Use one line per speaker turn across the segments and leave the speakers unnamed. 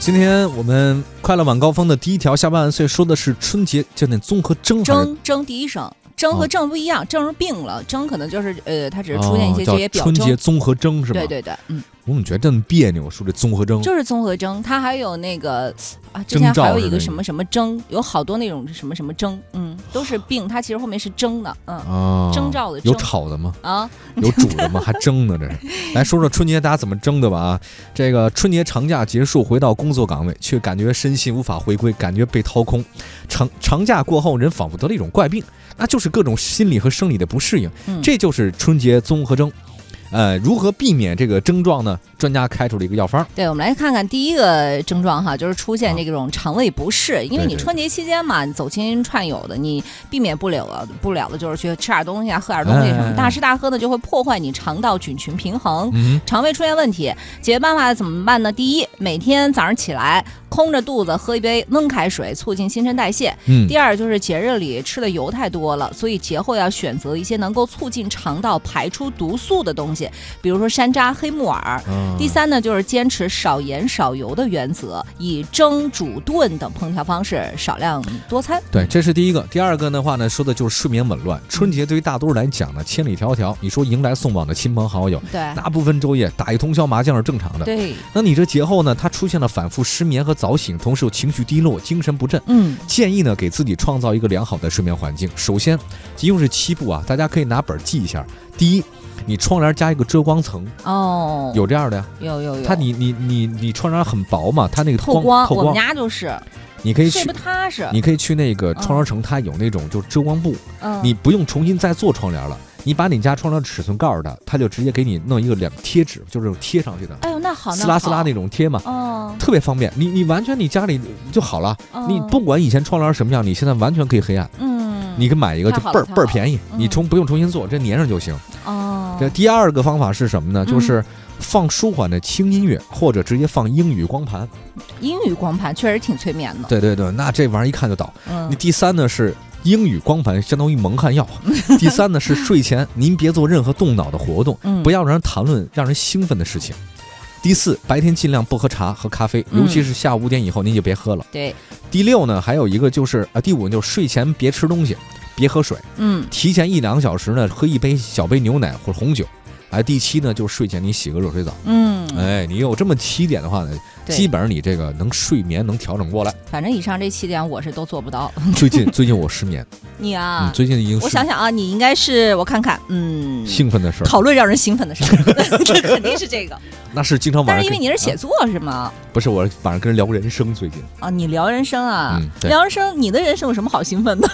今天我们快乐晚高峰的第一条下半岁说的是春节叫点综合征还是
征征第一声，征
哦
和症不一样，症是病了，征可能就是呃，它只是
哦
出现一些
叫
这些表
春
征
节。综合征是吧？
对对对，嗯，
我怎么觉得这么别扭？说这综合征，
就是综合征，它还有那个啊，之
征
前
兆
还有
是
一
那
个
个
什么什么征，有好多那种什么什么征，嗯，都是病，它其实后面是征的，嗯
啊，
征兆的
有
征
炒的吗？
啊，
有煮的吗？还蒸呢？这是。来说说春节大家怎么蒸的吧啊！这个春节长假结束，回到工作岗位，却感觉身心无法回归，感觉被掏空。长长假过后，人仿佛得了一种怪病，那就是各种心理和生理的不适应。
嗯
这就是春节综合征。呃，如何避免这个症状呢？专家开出了一个药方。
对，我们来看看第一个症状哈，就是出现
啊
这种肠胃不适，因为
对
你
对
春节期间嘛，你走亲串友的，你避免不了了不了的就是去吃点东西啊，喝点东西什
哎哎
么，
哎
大吃大喝的就会破坏你肠道菌群平衡，
嗯，
肠胃出现问题，解决办法怎么办呢？第一，每天早上起来空着肚子喝一杯温开水，促进新陈代谢；
嗯
第二，就是节日里吃的油太多了，所以节后要选择一些能够促进肠道排出毒素的东西，比如说山楂、黑木耳。
啊
第三呢，就是坚持少盐少油的原则，以蒸、煮、炖等烹调方式，少量多餐。
对，这是第一个。第二个的话呢，说的就是睡眠紊乱。春节对于大多数人来讲呢，千里迢迢，你说迎来送往的亲朋好友，
对
大部分昼夜打一通宵麻将是正常的。
对，
那你这节后呢，他出现了反复失眠和早醒，同时又情绪低落、精神不振。
嗯，
建议呢，给自己创造一个良好的睡眠环境。首先，一共是七步啊，大家可以拿本儿记一下。第一，你窗帘加一个遮光层，
哦，
有这样的呀？
有有有，
它你你你你窗帘很薄嘛，它那个
透
光
光，我们家就是
你可以
睡
去
不。踏实。
你可以去那个窗帘城，它有那种就是遮光布，
嗯，
你不用重新再做窗帘了，你把你家窗帘尺寸告诉他，他就直接给你弄一个两贴纸，就是贴上去的，
哎呦，那好，那
撕拉撕拉
好
那种贴嘛，
哦，
特别方便。你你完全你家里就好了，你
哦
不管以前窗帘什么样，你现在完全可以黑暗。
嗯，
你给买一个就
太好了
倍儿
太好
倍儿便宜，
嗯
你重不用重新做，这粘上就行。
哦，
这第二个方法是什么呢？
嗯
就是放舒缓的轻音乐，或者直接放英语光盘。
嗯英语光盘确实挺催眠的。
对对对，那这玩意儿一看就倒。
嗯
那，第三呢是英语光盘，相当于蒙汗 药。第三呢是睡前您别做任何动脑的活动，
嗯
不要让人谈论让人兴奋的事情。第四，白天尽量不喝茶和咖啡，
嗯
尤其是下午五点以后您就别喝了。
对，
第六呢，还有一个就是啊，第五呢就是睡前别吃东西，别喝水，
嗯，
提前一两个小时呢喝一杯小杯牛奶或者红酒。哎，第七呢就是睡前你洗个热水澡。
嗯，
哎，你有这么七点的话呢，
对
基本上你这个能睡眠能调整过 来。
反正以上这七点我是都做不到。
最近最近我失眠，
你
嗯，
啊，
最近已经
我
是
想想啊，你应该是我看看，嗯，
兴奋的事儿，
讨论让人兴奋的 事儿，这肯定是这个。
那是经常晚
但
上
是
跟。
因为你是写
啊
作是吗？
不是我是晚上跟人聊人生，最近
啊，你聊人生啊
嗯，对
聊人生，你的人生有什么好兴 奋的？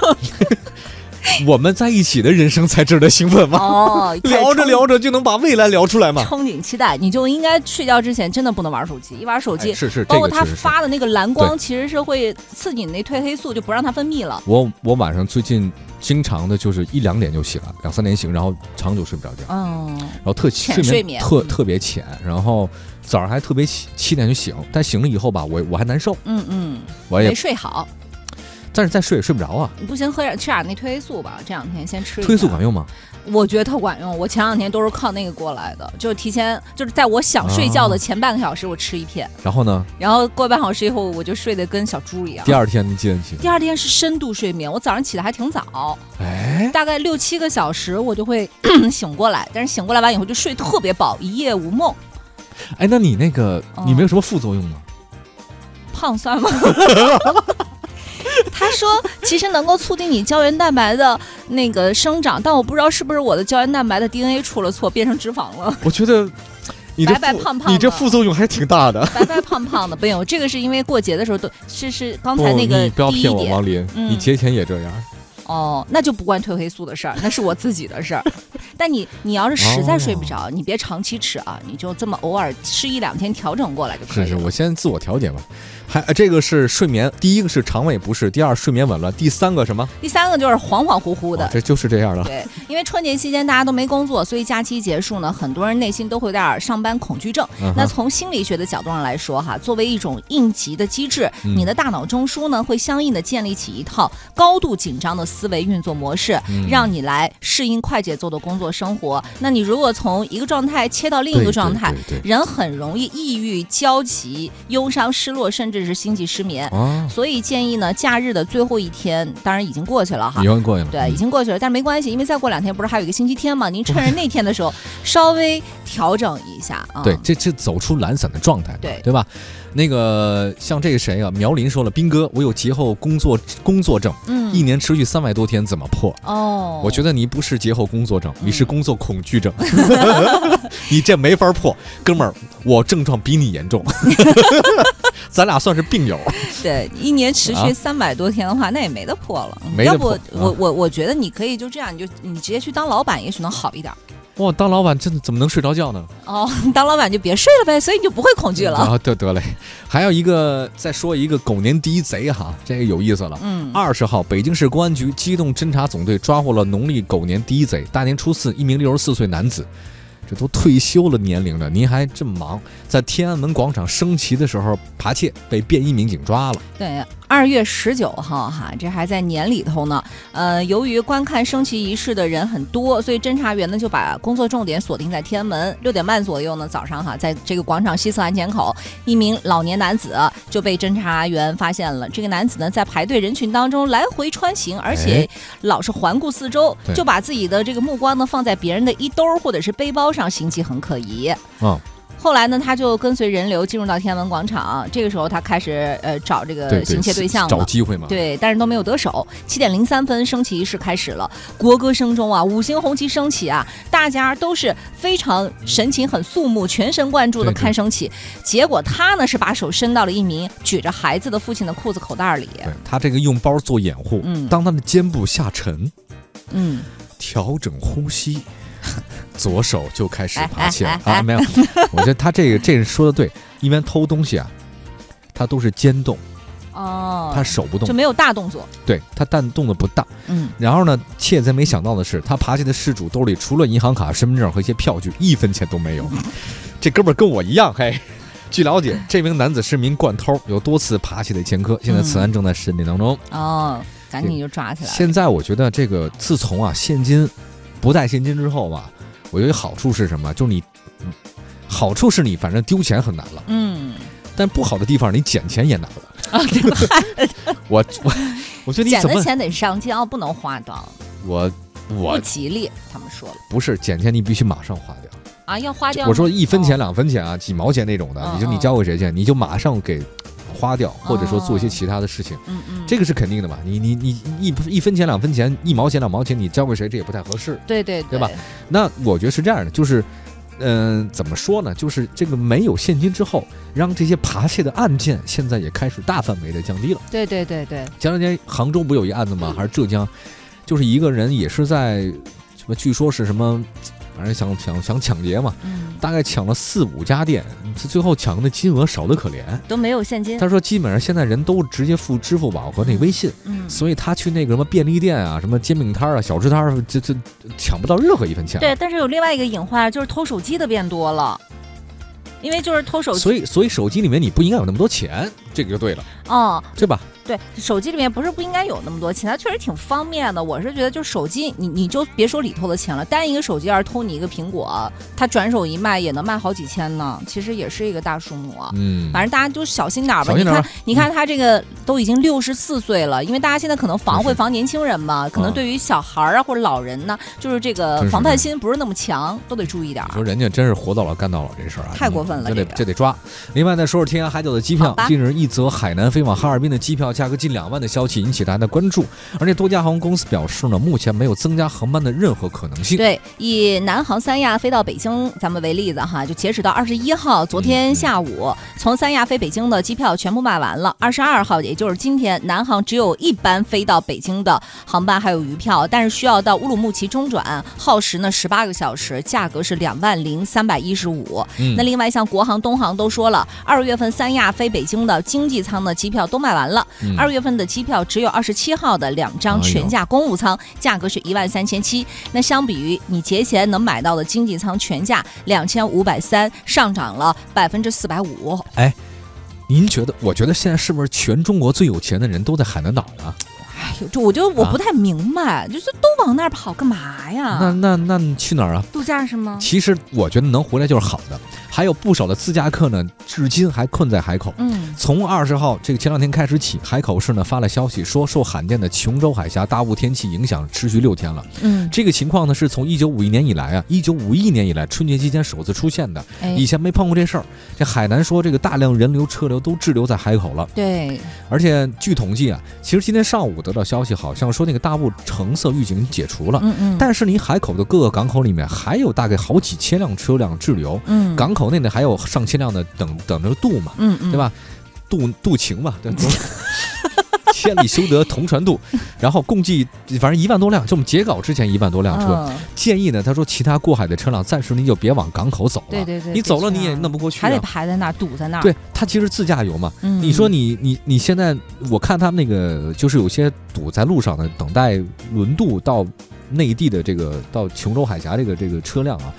我们在一起的人生才值得兴奋吗？
哦，开始
聊着
冲
聊着就能把未来聊出来吗？
憧憬期待，你就应该睡觉之前真的不能玩手机，一玩手
哎
机，
是是，
包
这
括
个
它
确实是。
发的那个蓝光，其实是会刺激你那褪黑素，就不让它分泌了。
我我晚上最近经常的就是一两点就醒了，两三点醒，然后长久睡不着觉，
嗯，
然后特
浅
眠
睡眠
特
嗯
特别浅，然后早上还特别起七点就醒，但醒了以后吧，我我还难受，
嗯嗯，
我也
没睡好，
但是再睡也睡不着啊。
你不行，喝点吃点那褪黑素吧，这两天先吃一下。
推素管用吗？
我觉得特管用。我前两天都是靠那个过来的，就是提前，就是在我想睡觉
哦
的前半个小时我吃一片，
然后呢，
然后过半小时以后我就睡得跟小猪一样
第。二天你记得起，
啊第二天是深度睡眠，我早上起得还挺早，
哎，
大概六七个小时我就会 咳醒过来，但是醒过来完以后就睡特别饱，一夜无梦。
哎，那你那个
哦
你没有什么副作用吗？
胖算吗？ 他说，其实能够促进你胶原蛋白的那个生长，但我不知道是不是我的胶原蛋白的 DNA 出了错，变成脂肪了，
我觉得你这
白白
副
胖胖
你这
的
副作用还挺大的。
白白胖胖的。没有，这个是因为过节的时候都是是刚才那个
哦你不要
第一
骗我，
点
王林，
嗯
你节前也这样。
哦，那就不关褪黑素的事儿，那是我自己的事儿。 但你你要是实在睡不
哦
着，你别长期吃啊，你就这么偶尔吃一两天调整过来就可
是
以
是，
了。
我先自我调节吧。还呃这个是睡眠，第一个是肠胃不适，第二睡眠紊乱，第三个什么？
第三个就是恍恍惚惚的
哇，这就是这样的。
对，因为春节期间大家都没工作，所以假期结束呢，很多人内心都会有点儿上班恐惧症。
嗯哼
那从心理学的角度上来说，哈，作为一种应急的机制，
嗯
你的大脑中枢呢会相应的建立起一套高度紧张的思维运作模式，
嗯
让你来适应快节奏的工作生活。那你如果从一个状态切到另一个状态，
对对对
人很容易抑郁、焦急、忧伤、失落，甚至是心悸、失眠。
对啊，
所以建议呢，假日的最后一天，当然已经过去了哈
你。问过去了，嗯
对，已经过去了，但没关系，因为再过两天不是还有一个星期天嘛？您趁着那天的时候 稍微调整一下啊。
对，这这走出懒散的状态嘛，
对
对吧？那个像这个谁啊，苗林说了，斌哥，我有节后工作工作症，一
嗯，
年持续三百多天，怎么破？
哦，
我觉
得
得你不是节后工作症，你是
嗯
工作恐惧 症，你这没法破，哥们儿，我症状比你严重， 咱俩算是病友。
对，一年持续
啊
三百多天的话，那也没得破了。嗯
没得
要不
破
我
啊
我我觉得你可以就这样，你就你直接去当老板，也许能好一点。
哇，当老板真的怎么能睡着觉呢？
哦， 当老板就别睡了呗，所以你就不会恐惧了。
啊，对得嘞，还有一个再说一个狗年第一贼哈，这个有意思了。
嗯，
二十号，北京市公安局机动侦查总队抓获了农历狗年第一贼，大年初四，一名六十四岁男子。这都退休了年龄了，您还这么忙？在天安门广场升旗的时候扒窃，被便衣民警抓了。
对，二月十九号哈，这还在年里头呢。呃，由于观看升旗仪式的人很多，所以侦查员呢就把工作重点锁定在天安门。六点半左右呢，早上哈，在这个广场西侧安检口，一名老年男子就被侦查员发现了。这个男子呢，在排队人群当中来回穿行，而且老是环顾四周，
对
就把自己的这个目光呢放在别人的衣兜儿或者是背包上，行迹很可疑。
嗯，
后来呢，他就跟随人流进入到天安门广场。这个时候，他开始呃找
对
这个
对，
行窃对象
找
了。
机会嘛。
对，但是都没有得手。七点零三分，升旗仪式开始了。国歌声中啊，五星红旗升起啊，大家都是非常神情很肃穆、全神贯注的
对对
看升旗。结果他呢是把手伸到了一名举着孩子的父亲的裤子口袋里。
对他这个用包做掩护，
嗯
当他的肩部下沉，
嗯，
调整呼 吸，左手就开始扒窃了
哎哎哎
啊！没有，我觉得他这个这人说的对，一般偷东西啊，他都是肩动，
哦，
他手不动
就，没有大动作。
对他但动的不大。
嗯，
然后呢，窃贼没想到的是，他扒窃的事主兜里除了银行卡、身份证和一些票据，一分钱都没 有。这哥们儿跟我一样，嘿。据了解，这名男子是名惯偷，有多次扒窃的前科，现在此案正在审理当中。
哦，赶紧就抓起来了。
现在我觉得这个，自从啊现金不带现金之后吧，我觉得好处是什么？就是你，嗯好处是你反正丢钱很难了，
嗯，
但不好的地方你捡钱也难了。
啊，对吧？
我我我觉得你
捡
怎
的
么
钱得上交，不能花到。
我
不
我
吉利，他们说了
不是捡钱，你必须马上花掉。
啊，要花掉吗。
我说一分钱、
哦
两分钱啊，几毛钱那种的，
嗯
你说你
嗯
交给谁去？你就马上给花掉，或者说
哦
做一些其他的事情，
嗯嗯，
这个是肯定的嘛。你你你一一分钱两分钱，一毛钱两毛钱，你交给谁这也不太合适。
对对
对吧？那我觉得是这样的，就是，嗯、怎么说呢？就是这个没有现金之后，让这些扒窃的案件现在也开始大范围的降低了。
对对对对，
前两天杭州不有一案子吗？还是浙江，就是一个人也是在什么，据说是什么，反正想想想抢劫嘛，
嗯，
大概抢了四五家店，这最后抢的金额少得可怜。
都没有现金，
他说，基本上现在人都直接付支付宝和那微信，
嗯，
所以他去那个什么便利店啊、什么煎饼摊儿啊、小吃摊儿，这这抢不到任何一分钱。
对。但是有另外一个隐患，就是偷手机的变多了，因为就是偷手机，
所以，所以手机里面你不应该有那么多钱，这个就对了，
哦，
对吧？
对，手机里面不是不应该有那么多钱，它确实挺方便的。我是觉得，就是手机，你你就别说里头的钱了，单一个手机要是偷你一个苹果，他转手一卖也能卖好几千呢，其实也是一个大数目。啊
嗯，
反正大家就小心点儿吧。
小心点儿
你看，你看他这个都已经六十四岁了，因为大家现在可能防
真是
会防年轻人嘛，可能
啊
对于小孩儿啊或者老人呢，就是这个
真是
防范心不是那么强，都得注意点儿
你。说人家真是活到老干到老这事儿啊，
太过分了
这得
这个
这得抓。另外再说说天涯海角的机
好
票
吧，
近日一则海南飞往哈尔滨的机票价格近两万的消息引起大家的关注，而且多家航空公司表示呢，目前没有增加航班的任何可能性。
对，以南航三亚飞到北京咱们为例子哈，就截止到二十一号，昨天下午、从三亚飞北京的机票全部卖完了。二十二号，也就是今天，南航只有一班飞到北京的航班还有余票，但是需要到乌鲁木齐中转，耗时呢十八个小时，价格是两万零三百一十五。
嗯
那另外像国航、东航都说了，二月份三亚飞北京的经济舱的机票都卖完了，
嗯哎
二月份的机票只有二十七号的两张全价公务舱，价格是一万三千七。那相比于你节前能买到的经济舱全价两千五百三，上涨了百分之四百五。
您觉得？我觉得现在是不是全中国最有钱的人都在海南岛呢？
哎呦这我就我
啊
不太明白，就是都往那儿跑干嘛
那
呀？
那那你去哪儿啊？
度假是吗？
其实我觉得能回来就是好的。还有不少的自驾客呢，至今还困在海口。
嗯，
从二十号这个前两天开始起，海口市呢发了消息说，受罕见的琼州海峡大雾天气影响，持续六天了。
嗯，
这个情况呢是从一九五一年以来啊，一九五一年以来春节期间首次出现的，
哎
以前没碰过这事儿。这海南说这个大量人流车流都滞留在海口了，
对，
而且据统计啊，其实今天上午得到消息，好像说那个大雾橙色预警解除了，
嗯嗯，
但是你海口的各个港口里面还有大概好几千辆车辆滞留，
嗯
港口内呢还有上千辆的等等着渡嘛，
嗯嗯
对吧？渡渡情嘛，对吧？ 千里修得同船渡，然后共计反正一万多辆，就我们截稿之前一万多辆车。
嗯
建议呢，他说其他过海的车辆暂时你就别往港口走了，
对对对，
你走了你也弄
不
不过去、
还得
啊。
排在那儿堵在那儿。，
对他其实自驾游嘛，
嗯，
你说你你你现在，我看他们那个就是有些堵在路上的，等待轮渡到内地的这个到琼州海峡这个这个车辆啊，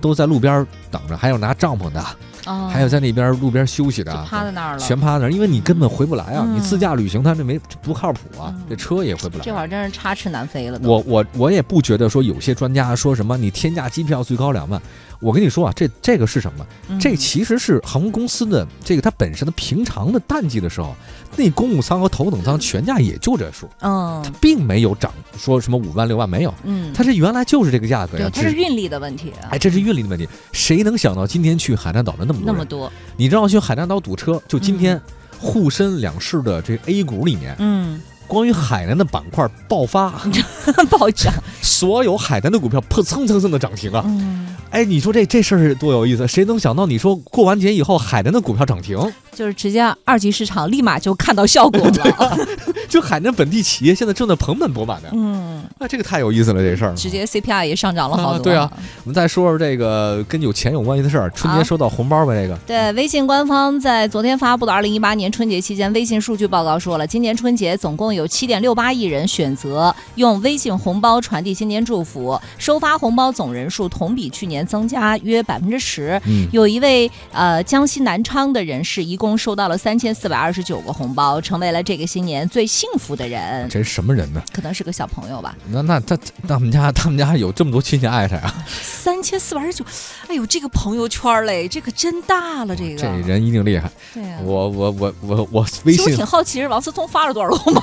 都在路边儿等着，还有拿帐篷的，
哦，
还有在那边路边休息的
就
啊，
趴在那儿了，
全趴那儿，因为你根本回不来啊，
嗯
你自驾旅行它这没这不靠谱啊
嗯，
这车也回不来。
这会儿真是插翅难飞了都。
我我我也不觉得说有些专家说什么你天价机票最高两万，我跟你说啊，这这个是什么？
嗯
这其实是航空公司的这个它本身的平常的淡季的时候，那公务舱和头等舱全价也就这数，
嗯
并没有涨说什么五万六万没有，
嗯，
它这原来就是这个价格
对啊
呀。
它是
只
运力的问题啊，
哎，这是运力的问题，谁能想到今天去海南岛的那么
那
多
么嗯
人？
多，
你知道去海南岛堵车，就今天沪深两市的这 A 股里面，
嗯，
关于海南的板块爆发，
暴涨，
所有海南的股票破蹭蹭蹭的涨停啊！
嗯，
哎，你说这这事儿多有意思？谁能想到你说过完节以后海南的股票涨停？
就是直接二级市场立马就看到效 果了，
就海南本地企业现在正在盆满钵满的，
嗯，
啊，这个太有意思了，这事儿。
直接 CPI 也上涨了好
啊
多。
对啊，我们再说说这个跟有钱有关系的事儿，春节
好
收到红包吧，这个
对，微信官方在昨天发布的二零一八年春节期间微信数据报告说了，今年春节总共有七点六八亿人选择用微信红包传递新年祝福，收发红包总人数同比去年增加约百分之十。
嗯，
有一位呃江西南昌的人士，一共收到了三千四百二十九个红包，成为了这个新年最幸福的人，
这是什么人呢？
可能是个小朋友吧。
那那他他们家他们家有这么多亲戚爱谁啊？
三千四百二十九，哎呦，这个朋友圈嘞，这可真大了，这个
这人一定厉害。
对呀、
我我我我我微
其实我
信
挺好奇，是王思聪发了多少个红包？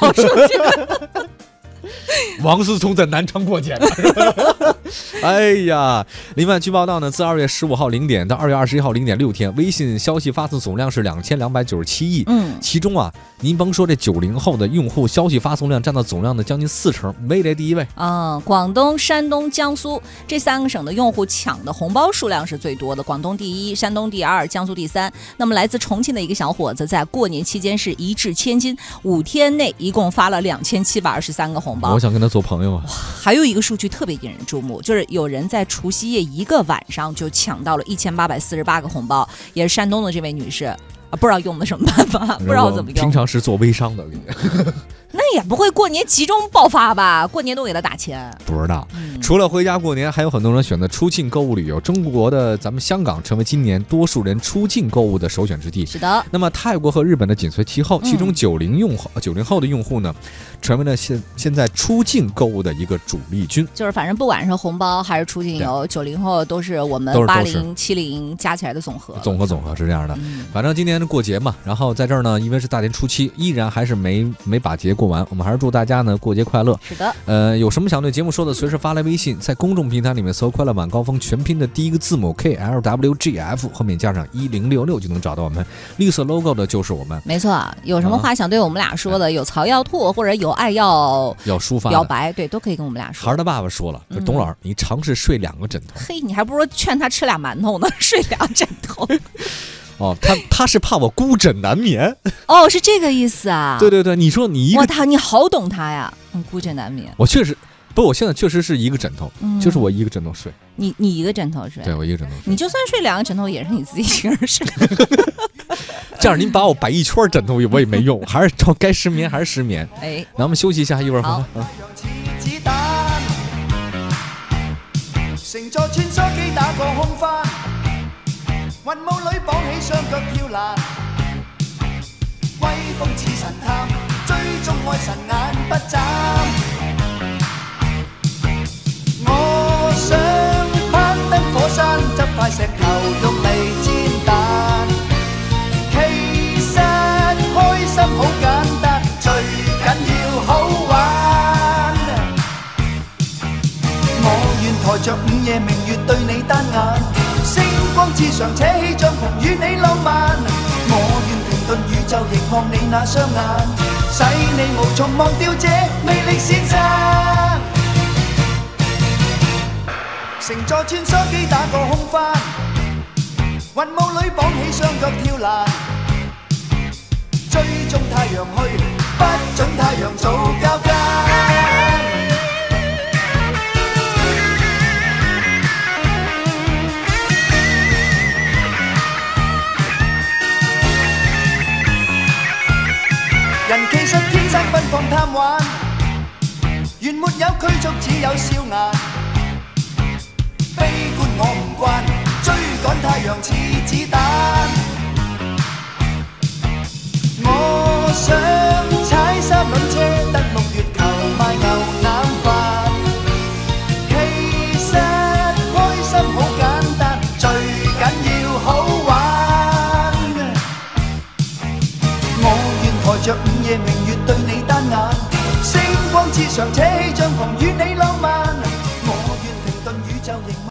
王思聪在南昌过节呢。 哎呀，另外据报道呢，自二月十五号零点到二月二十一号零点六天，微信消息发送总量是两千两百九十七亿。
嗯，
其中啊，您甭说，这九零后的用户消息发送量占到总量的将近四成，位列第一位。
啊、广东、山东、江苏这三个省的用户抢的红包数量是最多的，广东第一，山东第二，江苏第三。那么来自重庆的一个小伙子，在过年期间是一掷千金，五天内一共发了两千七百二十三个红包
我。想跟他做朋友啊，
还有一个数据特别引人注目，就是有人在除夕夜一个晚上就抢到了一千八百四十八个红包，也是山东的这位女士。啊，不知道用的什么 办法，不知道怎么
我平
用。
常是做微商的，我跟你讲
那也不会过年集中爆发吧？过年都给他打钱。
不知道。
嗯
除了回家过年，还有很多人选择出境购物旅游。中国的咱们香港成为今年多数人出境购物的首选之地。
是的，
那么泰国和日本的紧随其后，其中
嗯
九零用户九零后的用户呢，成为了现现在出境购物的一个主力军。
就是反正不管是红包还是出境游，九零后都是我们
都是
八
都是
零、七零加起来的总和。
总和总和是这样的，
嗯，
反正今年过节嘛，然后在这儿呢，因为是大年初七，依然还是没没把节过完。我们还是祝大家呢过节快乐。
是的，
呃，有什么想对节目说的，随时发来微信，在公众平台里面搜“快乐晚高峰”全拼的第一个字母 K L W G F，后面加上一零六六就能找到我们。绿色 logo 的就是我们
没错。有什么
啊
话想对我们俩说的，有曹要吐或者有爱要
要抒发
表
的。
白，对，都可以跟我们俩说
孩。儿他爸爸说了，说
嗯
董老师，你尝试睡两个枕头。
嘿，你还不如劝他吃俩馒头呢，睡俩枕 头。
哦，他他是怕我孤枕难眠。
哦，是这个意思啊？
对对对，你说你一
哇，
个，
他你好懂他呀，嗯，孤枕难眠。
我确实不，我现在确实是一个枕头，
嗯，
就是我一个枕头睡，
你你一个枕头睡，
对我一个枕头睡。
你就算睡两个枕头，也是你自己一个人睡。
这样您把我摆一圈枕头，我也没 用，还是照该失眠还是失眠。
哎，
那我们休息一下，一会儿回来
好。
嗯
有似子彈，乘坐穿梭機打過空翻，雲霧裏綁起雙腳跳欄，威風似神探，追蹤愛神眼不眨。志常扯起帐篷與你浪漫。我願停頓宇宙，凝望你那雙眼，使你無從忘掉這魅力先生。乘坐穿梭機打個空翻，雲霧裏綁起雙腳跳欄，追蹤太陽去，不准太陽做交更。人其實天生奔放貪玩，原沒有拘束，只有笑顏。悲觀我唔慣，追趕太陽似子彈。我想踩三輪車登陸月球賣牛腩飯。其實開心好簡單，最緊要好玩。我願抬着午夜明月對你單眼，星光之上扯起帳篷與你浪漫。我願停頓宇宙凝望。